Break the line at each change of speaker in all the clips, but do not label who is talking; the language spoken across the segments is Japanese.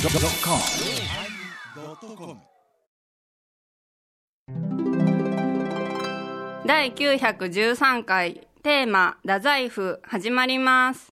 yosmir
第913回テーマ「太宰府」始まります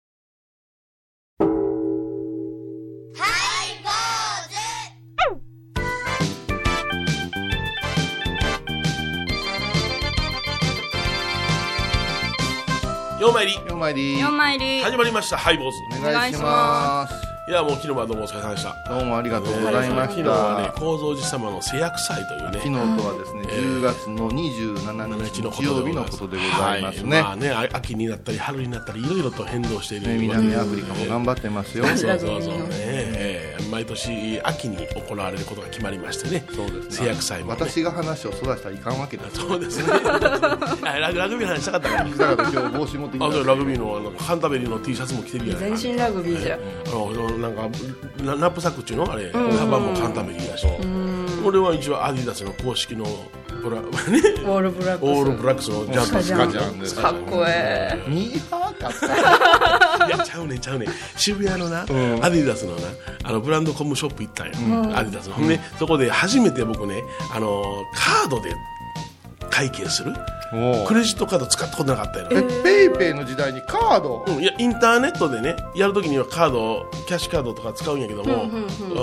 ようまいり
よまり
4枚入り
始まりましたハイボーズ
お願いします
いやもう昨日はどうもお疲れ様でした
どうもありがとうございまし
えー昨日はね
た
構造寺様の製薬祭というね
昨日とはですね10月の27日日曜日のことでございます
はい
ね
まあねあ秋になったり春になったりいろいろと変動している
ね南アフリカも頑張ってますよ
そうそうそう、ねえー毎年秋に行われることが決まりましてねそうです製薬祭も、ね、
私が話を育てたらいかんわけですよ
そう ですねあラグラグビーの話したかったから
だから今日帽子持ってきた
あそうラグビーのあのハンタベリーの T シャツも着てるやん
全身ラグビーじゃ
あのなんかララップサックっていうのあれカバンもカンタベリーだし俺は一応アディダスの公式のブラ ね
オールブラック
オールブラックスのジャンプ
スカ
ジャンです
かっこええ
ミーハーかった
いやちゃうねんちゃうねん渋谷のな、アディダスのなあのブランドコムショップ行ったんよ、アディダスの、ほんでそこで初めて僕ねあのカードで会計するクレジットカード使ったことなかったよ
えペイペイの時代にカード
うん、いやインターネットでねやるときにはカードをキャッシュカードとか使うんやけども、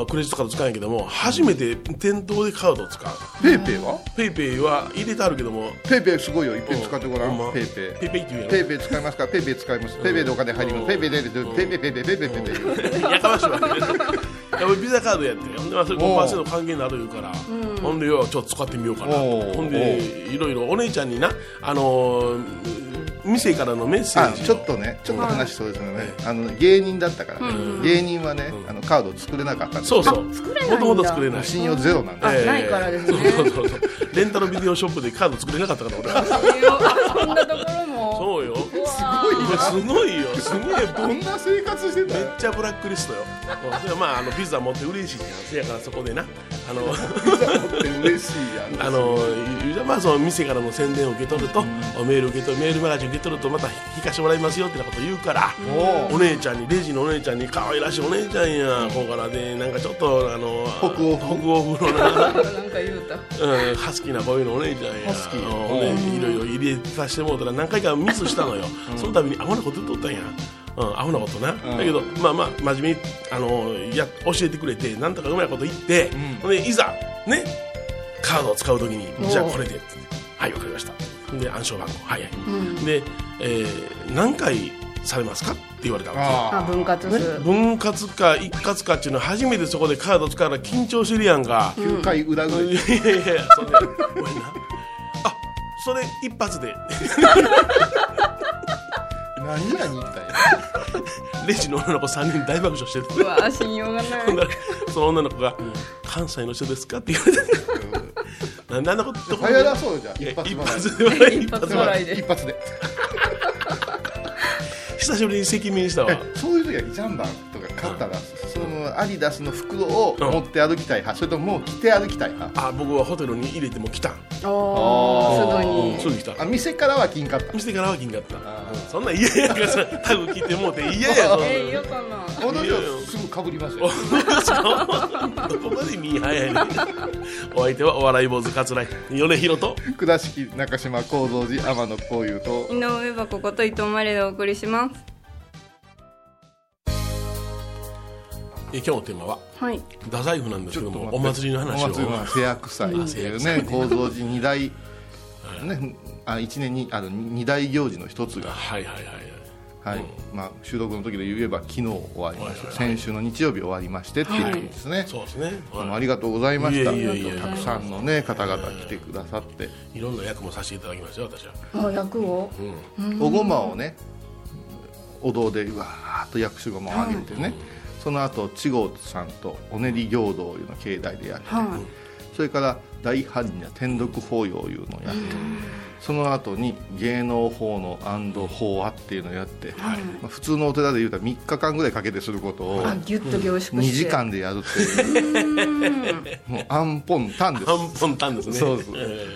あクレジットカード使うんやけども初めて店頭でカードを使う
ペイペイは
ペイペイは入れてあるけども
ペイペイすごいよいっぺん使ってごら
ほんま
んペイペイ
ペイペイって言うやろ
ペイペイ使いますかペイペイ使いますペイペイでお金入りますペイペイでペイペイペイペイペイペイペイペイペイ
やかましいわねいや俺ビザカードやってほんで、まあ、それ5%還元になる言うから、ほんでよちょっと使ってみようかな
おう
ほんでいろいろお姉ちゃんになあのー店からのメッセ
あ
ージ
ちょっとねちょっと話そうですよね、あの芸人だったからね、芸人はね、あのカードを作れなかったんです
そうそうもともと作れない
信用ゼロなんで、
ええ
ないからですね
そうそうそうそうレンタルビデオショップでカード作れなかったから俺は
そんなところも
そうよ
すご
こ
い
れすごいよすごい
どんな生活してた
めっ
の
ちゃブラックリストようんそれはまああのビザ持って嬉しいじゃんせやからそこでなあの
って嬉しいやん
あのいやまあその店からの宣伝を受け取ると、メール受け取るメールマガジン受け取るとまた引かしてもらいますよってなこと言うから、お姉ちゃんにレジのお姉ちゃんに可愛らしいお姉ちゃんや、ここからでなんかちょっとあの
北欧
北欧風のな
なんか言うた
うん、ハスキーなこういうのお姉ちゃんやほんでいろいろ入れさせてもうたら何回かミスしたのよ、その度にアホなこと言っとったんやうん、アホなことな、だけどまあまあ真面目にあのや教えてくれてなんとかうまいこと言って、ほんでいざねカードを使う時にじゃあこれでってはいわかりましたで暗証番号はいはい、で、えー何回されますかって言われたわけ
あ
あ
分割数
分割か一括かっていうのは初めてそこでカード使うから緊張してるやんか、
ー9回裏ぐらい、
いやいやいや、そんな、お前な。あ、それ一発で、
何やに言ったんや
レジの女の子3人大爆笑してる。
うわ信用がない
ほ んなら その女の子が、関西の人ですかって言われて。ななんだこと
流行らそうよじゃあ
いや
一発
一
払い
発
一発
で笑い
笑いで
一発で
久しぶりに赤面したわ。
そういう時はジャンバーとか買ったら、そのアディダスの袋を持って歩きたい派、それとももう着て歩きたい派、
あ、僕はホテルに入れても来たん。
おーす
す
ぐに
ぐ来た。
あ店からは金買った
店からは銀があった。うんそんなん嫌やからさ、タグ切ってもうて嫌や。そんな
えー、嫌かな
私はすぐかぶりますよ
どこまでミーハーやねん。お相手はお笑い坊主桂井米広と。
倉敷中島幸三寺天野幸雄と
井上はここと伊藤マレでお送りします
え今日のテーマは
はい
太宰府なんですけどもお
待って
祭りの話を
お祭りの話製薬祭ってい
う
う
ん
ね構造寺二大ねあ1年にあの二大行事の一つが、
はいはいはいはい
はいまあ、収録の時で言えば昨日終わりまして、
はい
先週の日曜日終わりましてっていうことですね、
そうですね、
どうも
は
ありがとうございました
いえいえいえ
たくさんの、ね、方々来てくださって
い、いろんな役もさせていただきましたよ私は
あ役を
おごまをねお堂でうわーっと薬種ごまをあげてね、その後千郷さんとおねり行道いうのを境内でやって、
は
それから大般若天読法要いうのをやって、その後に芸能法の法話っていうのをやって、まあ普通のお寺でいうと3日間ぐらいかけてすることを
いあギュッと凝縮して
2時間でやるっていうもうアンポンタンです
半ンポンタンですね
そうそう
え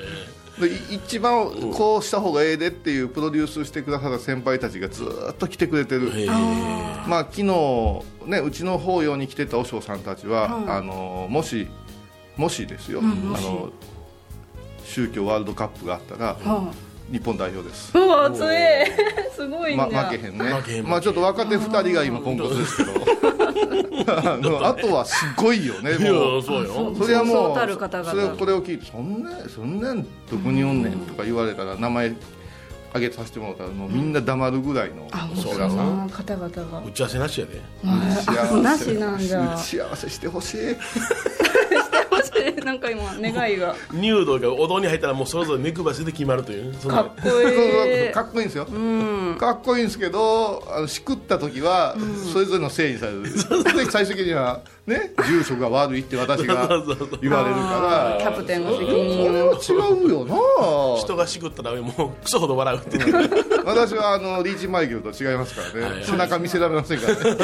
でい一番こうした方がええでっていうプロデュースしてくださった先輩たちがずーっと来てくれてる、
へえ
まあ、昨日、ね、うちの法要に来てた和尚さんたちは、あのもしもしですよ、あの宗教ワールドカップがあったら、日本代表です、
うわ強 えすごい
ま、
な、
負けへんね
負けへん
まあ、ちょっと若手2人が今ポンコツですけ どあのあとはすごいよね
いや
もう
そうよ
それ
そう
はも
そううたる方々
それをこれを聞いてそんなそんなんどこにおんねんとか言われたら名前挙げさせてもらったらもうみんな黙るぐらいの
あ
お
そう
寺
だ
さ
な
ん
方々 が
打ち合わせなしやで
幸
あ
せ
なしなんだ
幸せしてほしい
マジでなんか今願いが
入道がお堂に入ったらもうそれぞれ目配せで決まるというそん
か
な
っこいい
かっこいいんですよかっこいいんですけどあのしくった時はそれぞれのせいにされるで最終的にはね住職が悪いって私が
そうそうそう
言われる
キ
か
ャプテンの責
ら
任
それは違うよな
人がしくったらもうクソほど笑うって
私はあのリーチマイケルと違いますからね背中見せられませんからね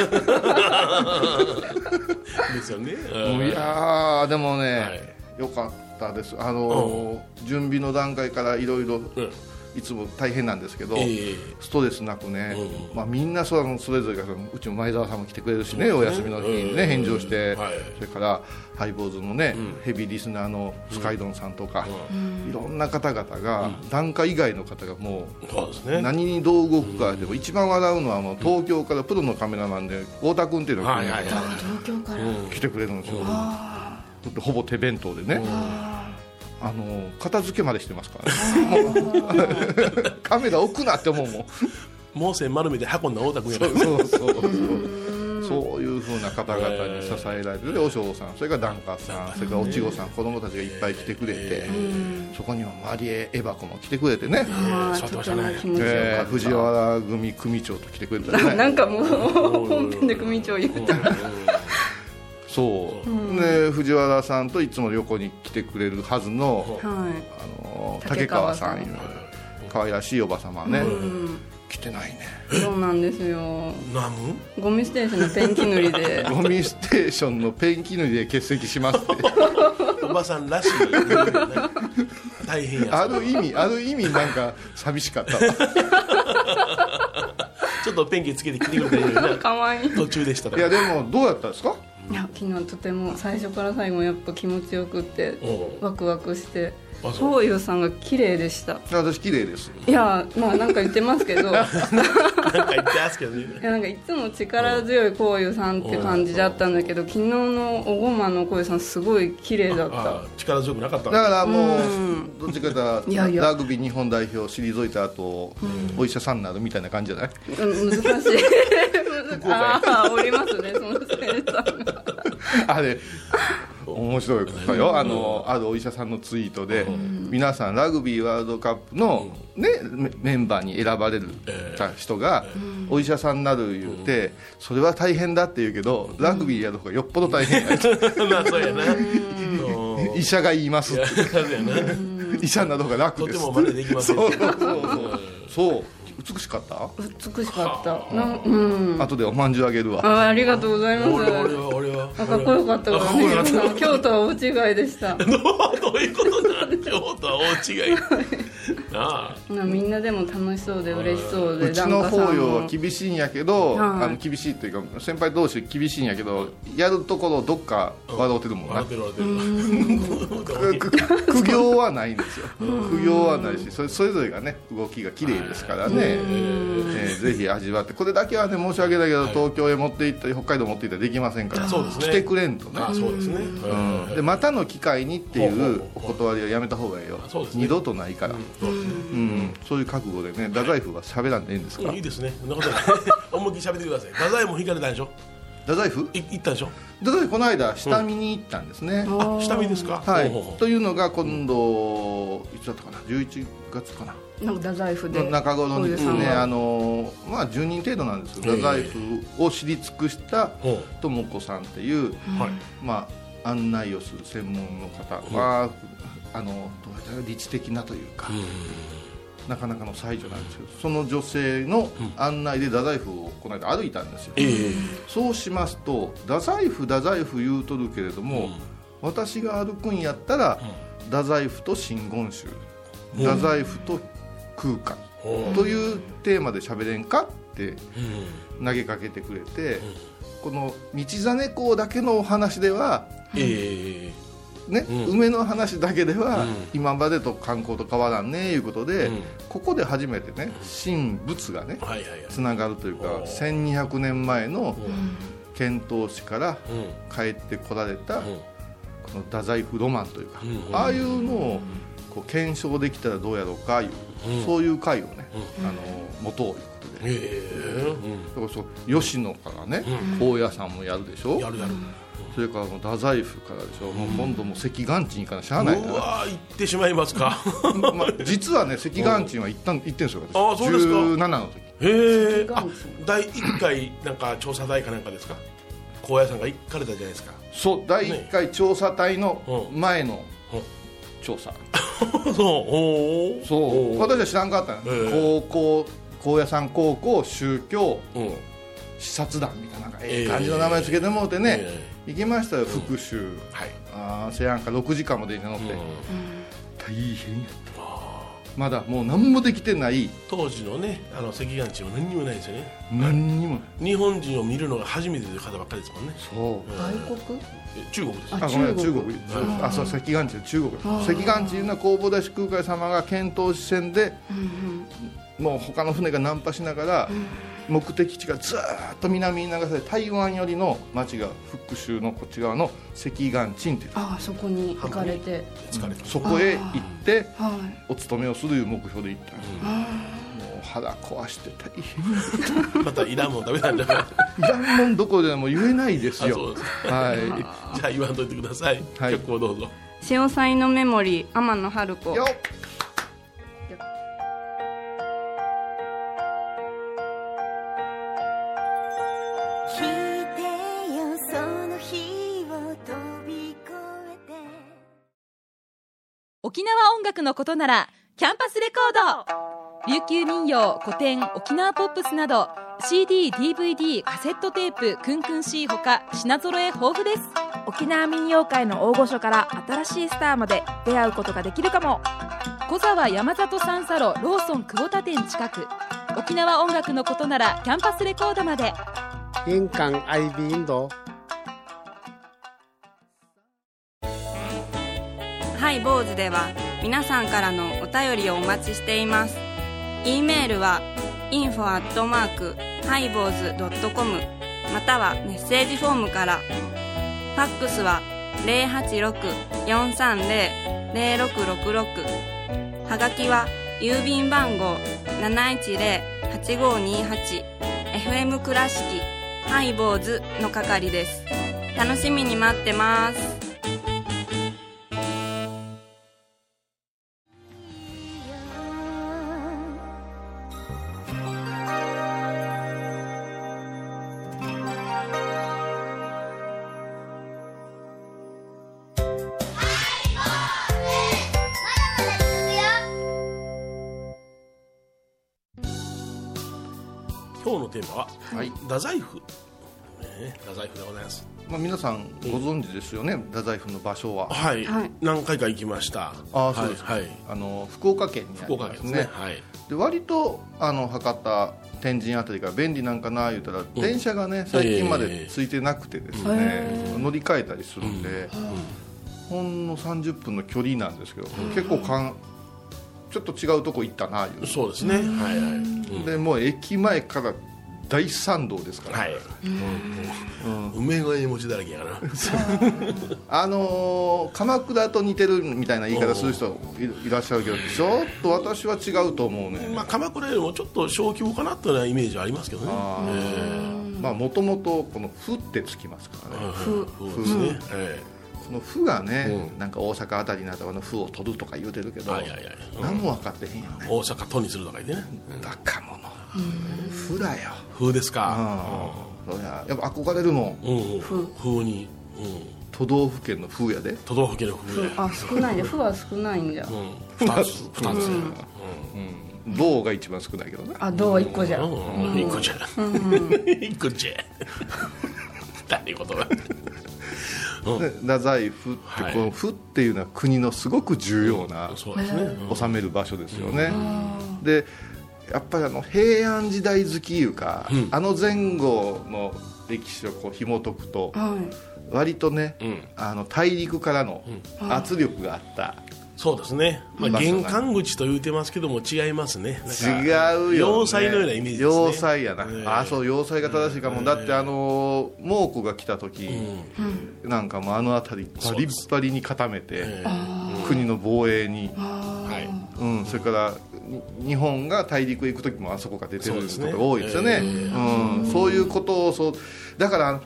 ですよね
いやーでもね、
はい
よかったですあのー準備の段階からいろいろ
うん
いつも大変なんですけど、
ええ
ストレスなくね、まあ、みんなそのそれぞれがそのうちも前澤さんも来てくれるしね、お休みの日にね、
うん
返上して、
はい
それからハイボーズのね、ヘビーリスナーのスカイドンさんとか、いろんな方々が、段階以外の方がもう。
そうですね
何にどう動くかでも一番笑うのはもう東京からプロのカメラマンで太田君っていうのが
は
来
い
て
はいは
東京から、
来てくれるんですよ、ほぼ手弁当でね、あの片付けまでしてますからね、もう カメラ置くなって思うもん、
いもう線丸めて運んだ太田君や から
そうそうそう。そういうふうな方々に支えられてる和尚さんそれから檀家さんそれからおちごさん子供たちがいっぱい来てくれてそこにはマリエ・エバコも来てくれてね、
あー
座って
と
ましてた
も
ね
気持ちよ
え
か
ー
っ
藤原組組長と来てくれた
た、
ね
なんかもう本編で組長言うた
そう、で藤原さんといつも横に来てくれるはずの、
はい
あの竹
竹
川
川
さ
さん
んいう可愛らしいおば様ね、来てないね
そうなんですよ
ナム
ゴミステーションのペンキ塗り で
ゴミステーションのペンキ塗りで欠席しますって
おばさんらしい大変 や
ある意味ある意味なんか寂しかったわ
ちょっとペンキつけて来てくれたらいいのにな
かわいい
途中でしたか
い
ら
やでもどうだったですか
いや昨日とても最初から最後やっぱ気持ちよくって
おう
ワクワクして
あそう
そういうさんが綺麗でした
私綺麗です
いやまあなんか言ってます けどいや
なんか言ってますけどね
なんかいつも力強いこういうさんって感じだったんだけど昨日のおごまのこういうさんすごい綺麗だった
ああ力強くなかった
だ
の
からもうどっちかと
い
い
やいう
と
や
ラグビー日本代表を退いた後お医者さんになるみたいな感じじゃない
うん 難しいああおりますねその先生さんが
あれ面白いことよあのあるお医者さんのツイートで皆さんラグビーワールドカップの、ね、メメンバーに選ばれる人がお医者さんになる言うてそれは大変だって言うけどラグビーやる方がよっぽど大変や
まあそうやなうん
医者が言いますって
そうやな
医者などが楽
と
で
て
す
も真似できません
そうそうそうそう美しかった、
美しかったなんうん
後でおまんじゅうあげるわ
あありがとうございます
俺俺は俺は
あかっこよかったからね
あかっこよかった
京都は大違いでした
どうどういうことなん京都は大違いなあ
なみんなでも楽しそうで嬉しそうで
うち
檀
の
家
法
さん
要
も
は厳しいんやけど、
はい
あの厳しいっていうか先輩同士厳しいんやけどやるところどっか笑うてるもんな、
笑ってる笑 ってる
く苦行はないんですよ苦行はないしそれそれぞれがね動きが綺麗ですからね、えーぜひ味わってこれだけはね申し訳ないけど東京へ持って行ったり北海道持って行ったりできませんから
そうですね
来てくれんとね
ああそうですねうん
でまたの機会にってい
ほうほう
うお
ほう
断りはやめた方がいいよ、
そうですね
二度とないから、うんそういう覚悟でね太宰府は喋らんでいいんですか
いいですねそんなこと ない思いっきり喋ってください太宰も引かれたんでしょ
太宰府
い行ったんでしょ
太宰府この間下見に行ったんですね、
あ下見ですか
は
ほ
い
うほうほう
というのが今度いつだったかな11月かな
なんか太宰府
の
で
中頃にです
こういう
ね、
さんは
あのまあ、10人程度なんですけど
ええ
太宰府を知り尽くした
ほ
智子さんっていう、
うはい
まあ、案内をする専門の方は、あのどうやったら理知的なというか、なかなかの才女なんですけどその女性の案内で太宰府をこの間歩いたんですよ、
ええ
そうしますと太宰府太宰府言うとるけれども、私が歩くんやったら、太宰府と真言宗太宰府と空間というテーマで喋れんかって投げかけてくれて、この道真公だけのお話では
ええ
ね、
うん
梅の話だけでは
うん
今までと観光と変わらんねいうことで、
うん
ここで初めてね神仏がね
はいはいはい
つながるというか
おー
1200年前の遣唐使から
うん
帰ってこられた
うん
この太宰府ロマンというか、
うん
ああいうのをこう検証できたらどうやろうかい
う
う、
ん
そういう会をね、あの持とういうことで。
ええうん
だからそう吉野からね、高野山もやるでしょ
やるやる
それからもう太宰府からでしょ、もう今度もう赤岩地に行かなしゃあないか
う
ら
わー行ってしまいます か
まあ、実はね赤岩鎮は一旦行ってんですよ、私
あーそうですか
17の時
へえ
ガ
あ
ンツ
第1回なんか調査隊かなんかですか高野山が行かれたじゃないですか
そう第1回調査隊の
う
前の
うん
調査、
そうおー
そう
おー
私は知らんかったの、
ええ
高校高野山高校宗教
うん
視察団みたいななんか
え
え
え
え感じの名前つけてもうてね、
え
行きましたよ復習、
はい
ああせやんか6時間も電車乗って、
うん
大変やったまだもう何もできてない
当時のねあの赤岩地は何にもないですよね
何にもない
日本人を見るのが初めてという方ばっかりですもんね
そう
外国
え中国です
あ、ごめん、中国。あ、そう、赤岩地、中国。赤岩地いうのは弘法大師空海様が遣唐使船で。もう他の船が難破しながら。目的地がずーっと南に流され台湾寄りの町が福州のこっち側の赤岩鎮っていう
ああそこに行かれて
疲れた
そこへ行って
はい
お勤めをするいう目標で行ったもう腹壊して大変
またいらんもん食べたんじゃ ない
いらんもんどころでもう言えないです
あそう
よ
です
は
じゃあ言わんといてください、
はい
曲をどうぞ
潮騒のメモリー天野春
い
子
よっ
来てよその日を飛び越えて
沖縄音楽のことならキャンパスレコード琉球民謡古典沖縄ポップスなど CDDVD カセットテープクンクン C ほか品揃え豊富です
沖縄民謡界の大御所から新しいスターまで出会うことができるかも
小沢山里三佐路ローソン久保田店近く沖縄音楽のことならキャンパスレコードまで
印港 IB 印度。
ハイ坊主では皆さんからのお便りをお待ちしています。e メールは info アットマークハイ坊主ドットコムまたはメッセージフォームから。ファックスは086-430-0666はがきは郵便番号710-8528 FM 倉敷ハイ坊主の係です。楽しみに待ってます。
今日のテーマは
はい
太宰府、ね、太宰府でございます
まあ皆さんご存知ですよね太宰府の場所は
はい、
はい
何回か行きました
あーそうです
はい、はい、
あの福岡県にあ
福
り
岡
ま
ですすね
ね
はい
で割とあの博多天神あたりから便利なんかな言うたら、電車がね最近までついてなくてですね、乗り換えたりするんで、ほんの30分の距離なんですけど、結構かんちょっと違うとこ行ったないう、
そうですねはいはい、うん
でもう駅前から大参道ですから、
はい、うんうん、梅の絵文字だらけやから
あのー鎌倉と似てるみたいな言い方する人いいらっしゃるけどちょっと私は違うと思うね、
まあ、鎌倉よりもちょっと小規模かなというようなイメージはありますけどね。
あーまあもともとこの「ふ」ってつきますからね、
ふ、そうですね。え
この「ふ」がね、
う
なんか大阪あたりなどはあの「ふ」を取るとか言うてるけど、
はいはいはいうん
何も分かってへんよね
え大阪都にするとか言ってね。
バカ者「ふ」だよ
風ですか。
うんそりゃやっぱ憧れるもん
うん、うん、風に、うん、
都道府県の「ふ」やで
都道府県の風で。
あ少ないね負は少ないんじゃ
うん、二つ、二つ。
「どう」が一番少ないけどね
あ銅は一個じゃん
うん、一個じゃ。一個じゃ。誰いうことだ。うん
で太宰府って、
はい
この府っていうのは国のすごく重要な
そうですね、うん
収める場所ですよね。でやっぱりあの平安時代好きいうか、
うん
あの前後の歴史をこう紐解くと
はい
割とね、
うん
あの大陸からの圧力があった、
そうですね、まあ、
場所
玄
が
関口と言うてますけども違いますねなんか
違うよ、ね、
要塞のようなイメージですね
要塞やな、
ええ
あそう要塞が正しいかも、だってあのー猛虎が来た時、なんかもうあの辺りバリッバリに固めて、
ええ
国の防衛に、
はい
うん、それからに日本が大陸へ行く時もあそこが出て
そう
る
で
と
す
こ
ね
が多いですよ
え
ね
え
うん、そういうことをそうだから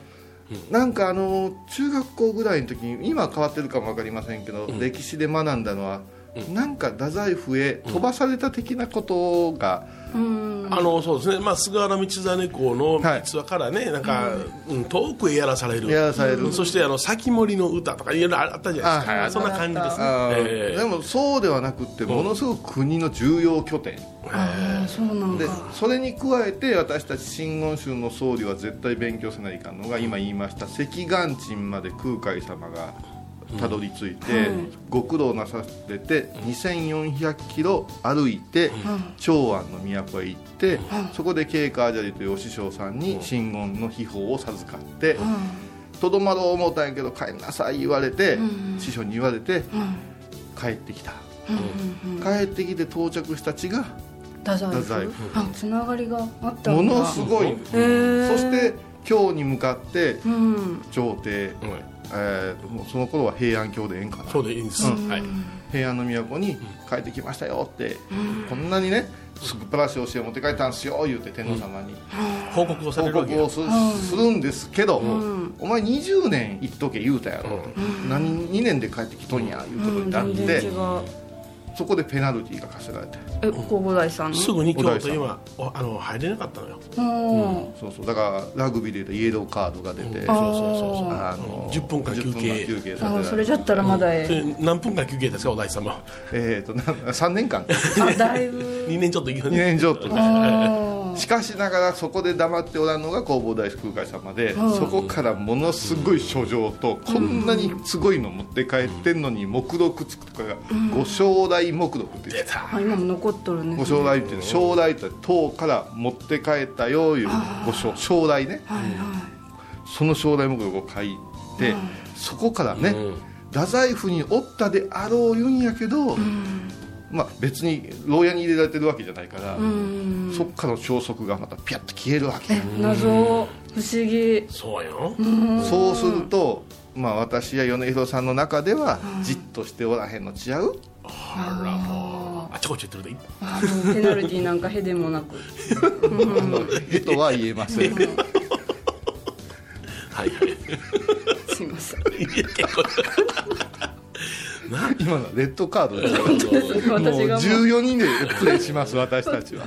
なんかあの中学校ぐらいの時に今は変わってるかも分かりませんけど、歴史で学んだのは、なんか太宰府へ飛ばされた的なことが、
あのそうですね、まあ、菅原道真公の
はい
逸話からね、なんか、うん、遠くへやらされる
やらされる
うんそしてあの「先森の歌」とかいろいろあったじゃないですか、
あはい
そんな感じですね、
あー
え
でもそうではなくってものすごく国の重要拠点、
あそうなん
で
だ
それに加えて私たち真言宗の僧侶は絶対勉強せないかんのが今言いました赤眼鎮まで空海様がたどり着いて、ご苦労なさってて2400キロ歩いて、長安の都へ行って、そこで慶川砂利というお師匠さんに真言の秘宝を授かって。とどまろう思ったんやけど帰んなさい言われて、師匠に言われて、帰ってきた、帰ってきて到着した地が
太宰
太宰
府
府
あつながりがあったんだ
ものすごい、
ー
そして京に向かって
うん
朝廷、
はい
えーもうその頃は平安京でええんかな
そうでいいんです、はい、
平安の都に帰ってきましたよって、こんなにねすっぱらしい教えを持って帰ったんですよ言うて天皇様に
報告をさ
報
れるわけ
告をす,、するんですけど、お前20年行っとけ言うたやろ、何2年で帰ってきとんや言うことになっ
全然
て、
違う
そこでペナルティーが課せられて
え高校大さんの
すぐに京都今おあの入れなかったの
うん
よ
そうそうだからラグビーで言うとイエローカードが出
そうそう
て、
そうそう
あの
10分間休憩
10分間休憩さ
あ
せ
それ
ら
じゃったらまだ
そ
え
れ何分間休憩ですかお大師様
えー、とな3年間2
えあだいぶ
2年ちょっといけ
年以上と
あ
しかしながらそこで黙っておらんのが弘法大師空海様で、そこからものすごい書状と、こんなにすごいの持って帰ってんのに目録つくとかが、ご将来目録って言って
ーあ今も残っとるね
ご将来っていうのは将来って唐から持って帰ったよいうご将将来ね、その将来目録を書いて、そこからね、太宰府におったであろう言うんやけど、まあ、別に牢屋に入れられてるわけじゃないから、そっからの消息がまたピャッと消えるわけ、
謎不思議
そうよ、
そうすると、まあ、私や米広さんの中ではじっとしておらへんの違う、
あらもうあちこち言ってるで
あのペナルティなんかへでもなく
あのへ とは言えません
は いはい
すいません
今のはレッドカードですよもう
私がもう
14人でプレーします私たちは、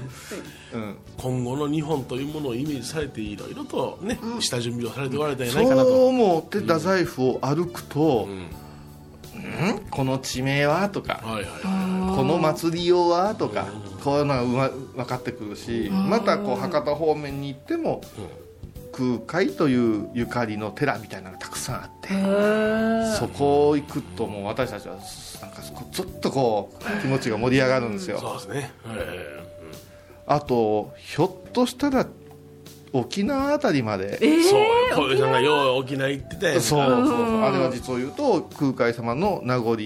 うん、
今後の日本というものをイメージされていろいろとね、下準備をされておられたんじゃないかな
そう
と
思って太宰府を歩くと「んこの地名は?」とか
はいはいは
この祭り用はとかこういうのがうま分かってくるしまたこう博多方面に行っても空海というゆかりの寺みたいなのがたくさんあってそこ行くともう私たちはなんかこうちょっとこう気持ちが盛り上がるんです
いそう
よ
ですね、え
あとひょっとしたら沖縄あたりまで
えそうよ小遊さんがよう沖縄行ってたやんか
そうそうそうあれは実を言うと空海様の名残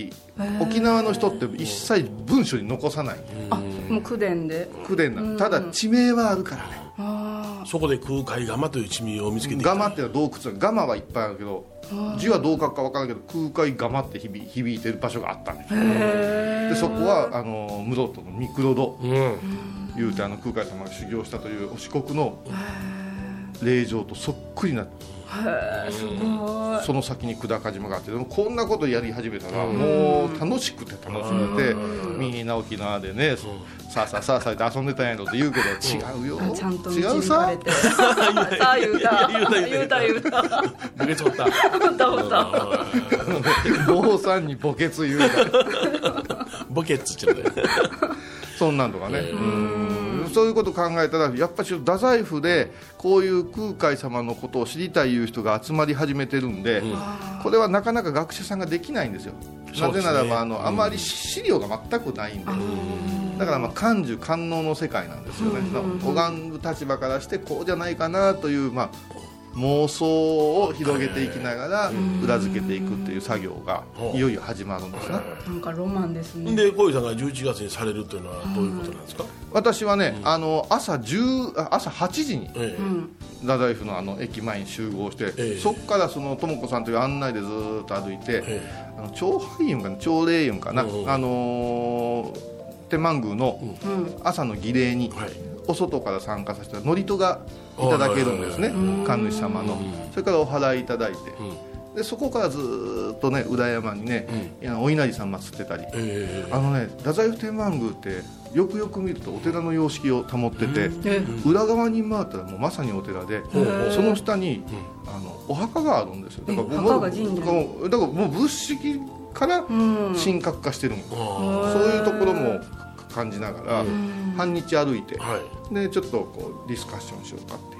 沖縄の人って一切文書に残さない
あもう口伝で
口伝なのただ地名はあるからね
そこで空海釜という地名を見つけていた
ガマっていうのは洞窟ガマはいっぱいあるけど字はどう書くか分からないけど空海ガマって響響いてる場所があったんですよでそこはあの室戸のミクロド
うん、
いうてあの空海様が修行したという四国の霊場とそっくりなその先に久高島があってでもこんなことやり始めたらもう楽しくて楽しくてみんな沖縄でねさあさあさあさあって遊んでたんやろって言うけど違うよ
ちゃんと
違
導
う
か
さ
れてさ あ言うた言うた言うた
抜けちゃった
歌歌
坊さんに墓穴言うから
ボケっつっちゃったよ
そんなんとかね、うんそういうことを考えたらやっぱりちょっと太宰府でこういう空海様のことを知りたいいう人が集まり始めてるんで、これはなかなか学者さんができないんですよ。
そう
な
です
ぜ
ね
ならばあの、あまり資料が全くないんで、だからまあ漢儒官能の世界なんですよね、拝む立場からしてこうじゃないかなという、まあ、妄想を広げていきながら裏付けていくっていう作業がいよいよ始まるんですね。
なんかロマンですね
で小井さんが11月にされるというのはどういうことなんですか、
私はね、あの朝10あ朝8時に
ええ
太宰府のあの駅前に集合して、
ええ
そこからその智子さんという案内でずーっと歩いて、
え
あの長杯雲かな長霊雲かな、
うん
あのー天満宮の朝の儀礼に、
はい
お外から参加させた祝詞がいただけるんですね
はいはい
神主様のそれからお払いいただいて、でそこからずーっとね裏山にね、いやお稲荷さん祀ってたり、
え
あのね太宰府天満宮ってよくよく見るとお寺の様式を保ってて、裏側に回ったらもうまさにお寺で、その下に、あのお墓があるんですよだからもう
墓が神社に
もうだからもう仏式から神格化してるんです、
あ
そういうところも感じながら、半日歩いて、
あはい
でちょっとこうディスカッションしようかっていう。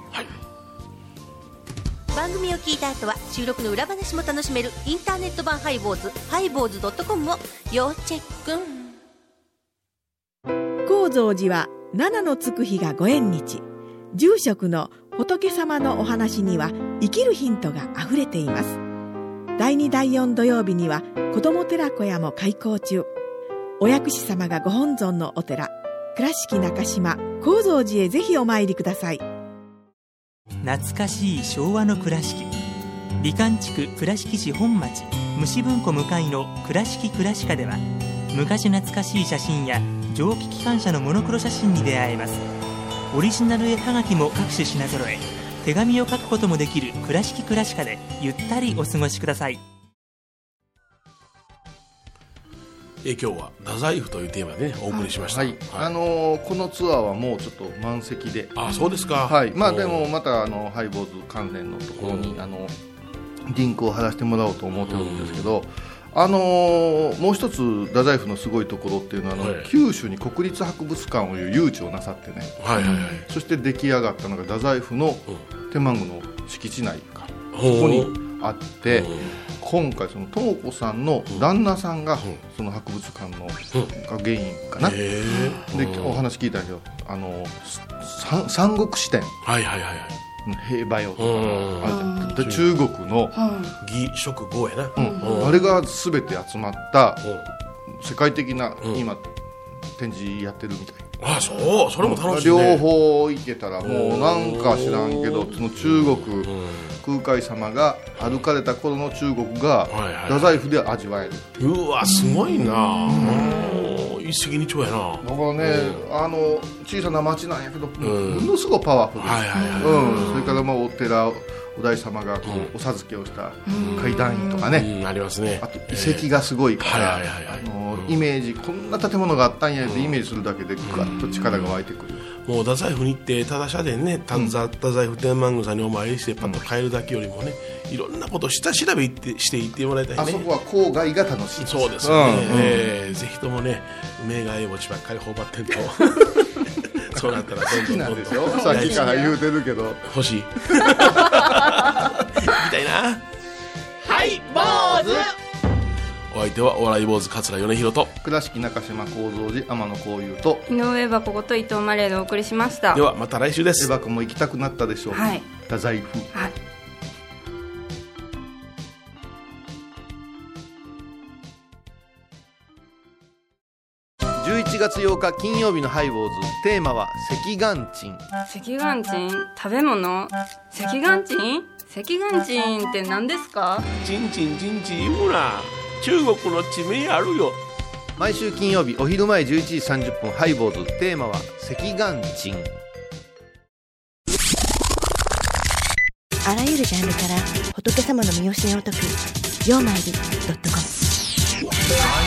番組を聞いた後は収録の裏話も楽しめるインターネット版ハイボーズハイボーズドットコムを要チェック
高蔵寺は七のつく日がご縁日住職の仏様のお話には生きるヒントがあふれています第2第4土曜日には子ども寺小屋も開校中お薬師様がご本尊のお寺倉敷中島・高蔵寺へぜひお参りください
懐かしい昭和の倉敷美観地区倉敷市本町虫文庫向かいの「倉敷倉歯科」では昔懐かしい写真や蒸気機関車のモノクロ写真に出会えますオリジナル絵はがきも各種品揃え手紙を書くこともできる「倉敷倉歯科」でゆったりお過ごしください
え今日は太宰府というテーマでねお送りしました、
はい、あのーこのツアーはもうちょっと満席で、
あそうですか
はい、まあ
おー
でもまたあのハイボーズ関連のところ
う
に
ん
あのリンクを貼らせてもらおうと思ってるんですけど、あのーもう一つ太宰府のすごいところっていうのはあの、
はい
九州に国立博物館を誘致をなさってね、
はいはいはい
そして出来上がったのが太宰府の天満宮の敷地内かここにあって。今回その智子さんの旦那さんがその博物館のが原因かな、
ええ
でお話聞いたんですよあのす三三国志典
はいはいはいはい
兵馬俑と
うん
かあるじゃんで中国の、
義食豪やな、
うんあれが全て集まった世界的な今展示やってるみたい
あそうそれも楽しい、ね、
両方行けたらもうなんか知らんけどその中国空海様が歩かれた頃の中国が
はいはい
太宰府で味わえる
うわすごいな、うん一石二鳥やなは
だからねあの小さな町なんやけど
ん
ものすごいパワフル
いはいはい
うん、それからまあお寺お大師様がこうお授けをした階段院とかね、
うんありますね
あと遺跡がすごいから、
はいはいはいはい
あのイメージこんな建物があったんやでイメージするだけでぐわっと力が湧いてくる、
もう太宰府に行ってただ社でねたざ太宰府天満宮さんにお参りしてパッと帰るだけよりもねいろんなことを下調べ行ってして行ってもらいたいね
あそこは郊外が楽しい
そうですよね、
うん
えーぜひともね名が絵餅ばっかり頬張って るとそうなったらどんど
好
ん
き
ど
なん
ど
ん
ん
ですよさっきから言うてるけど
欲しいみたいなはい坊主お相手はお笑い坊主桂米宏と
倉敷中島幸三寺天野幸雄と
井上はここと伊藤マレーでお送りしました
ではまた来週です
エバ君も行きたくなったでしょう、
はい
太宰府
はい
11月8日金曜日のハイボーズテーマは赤眼鎮
赤眼鎮食べ物赤眼鎮赤眼鎮って何ですか
チンチンチンチン言うな中国の地名あるよ
毎週金曜日お昼前11時30分ハイボーズテーマは赤眼鎮
あらゆるジャンルから仏様の身教えを解く「曜マイルドットコム」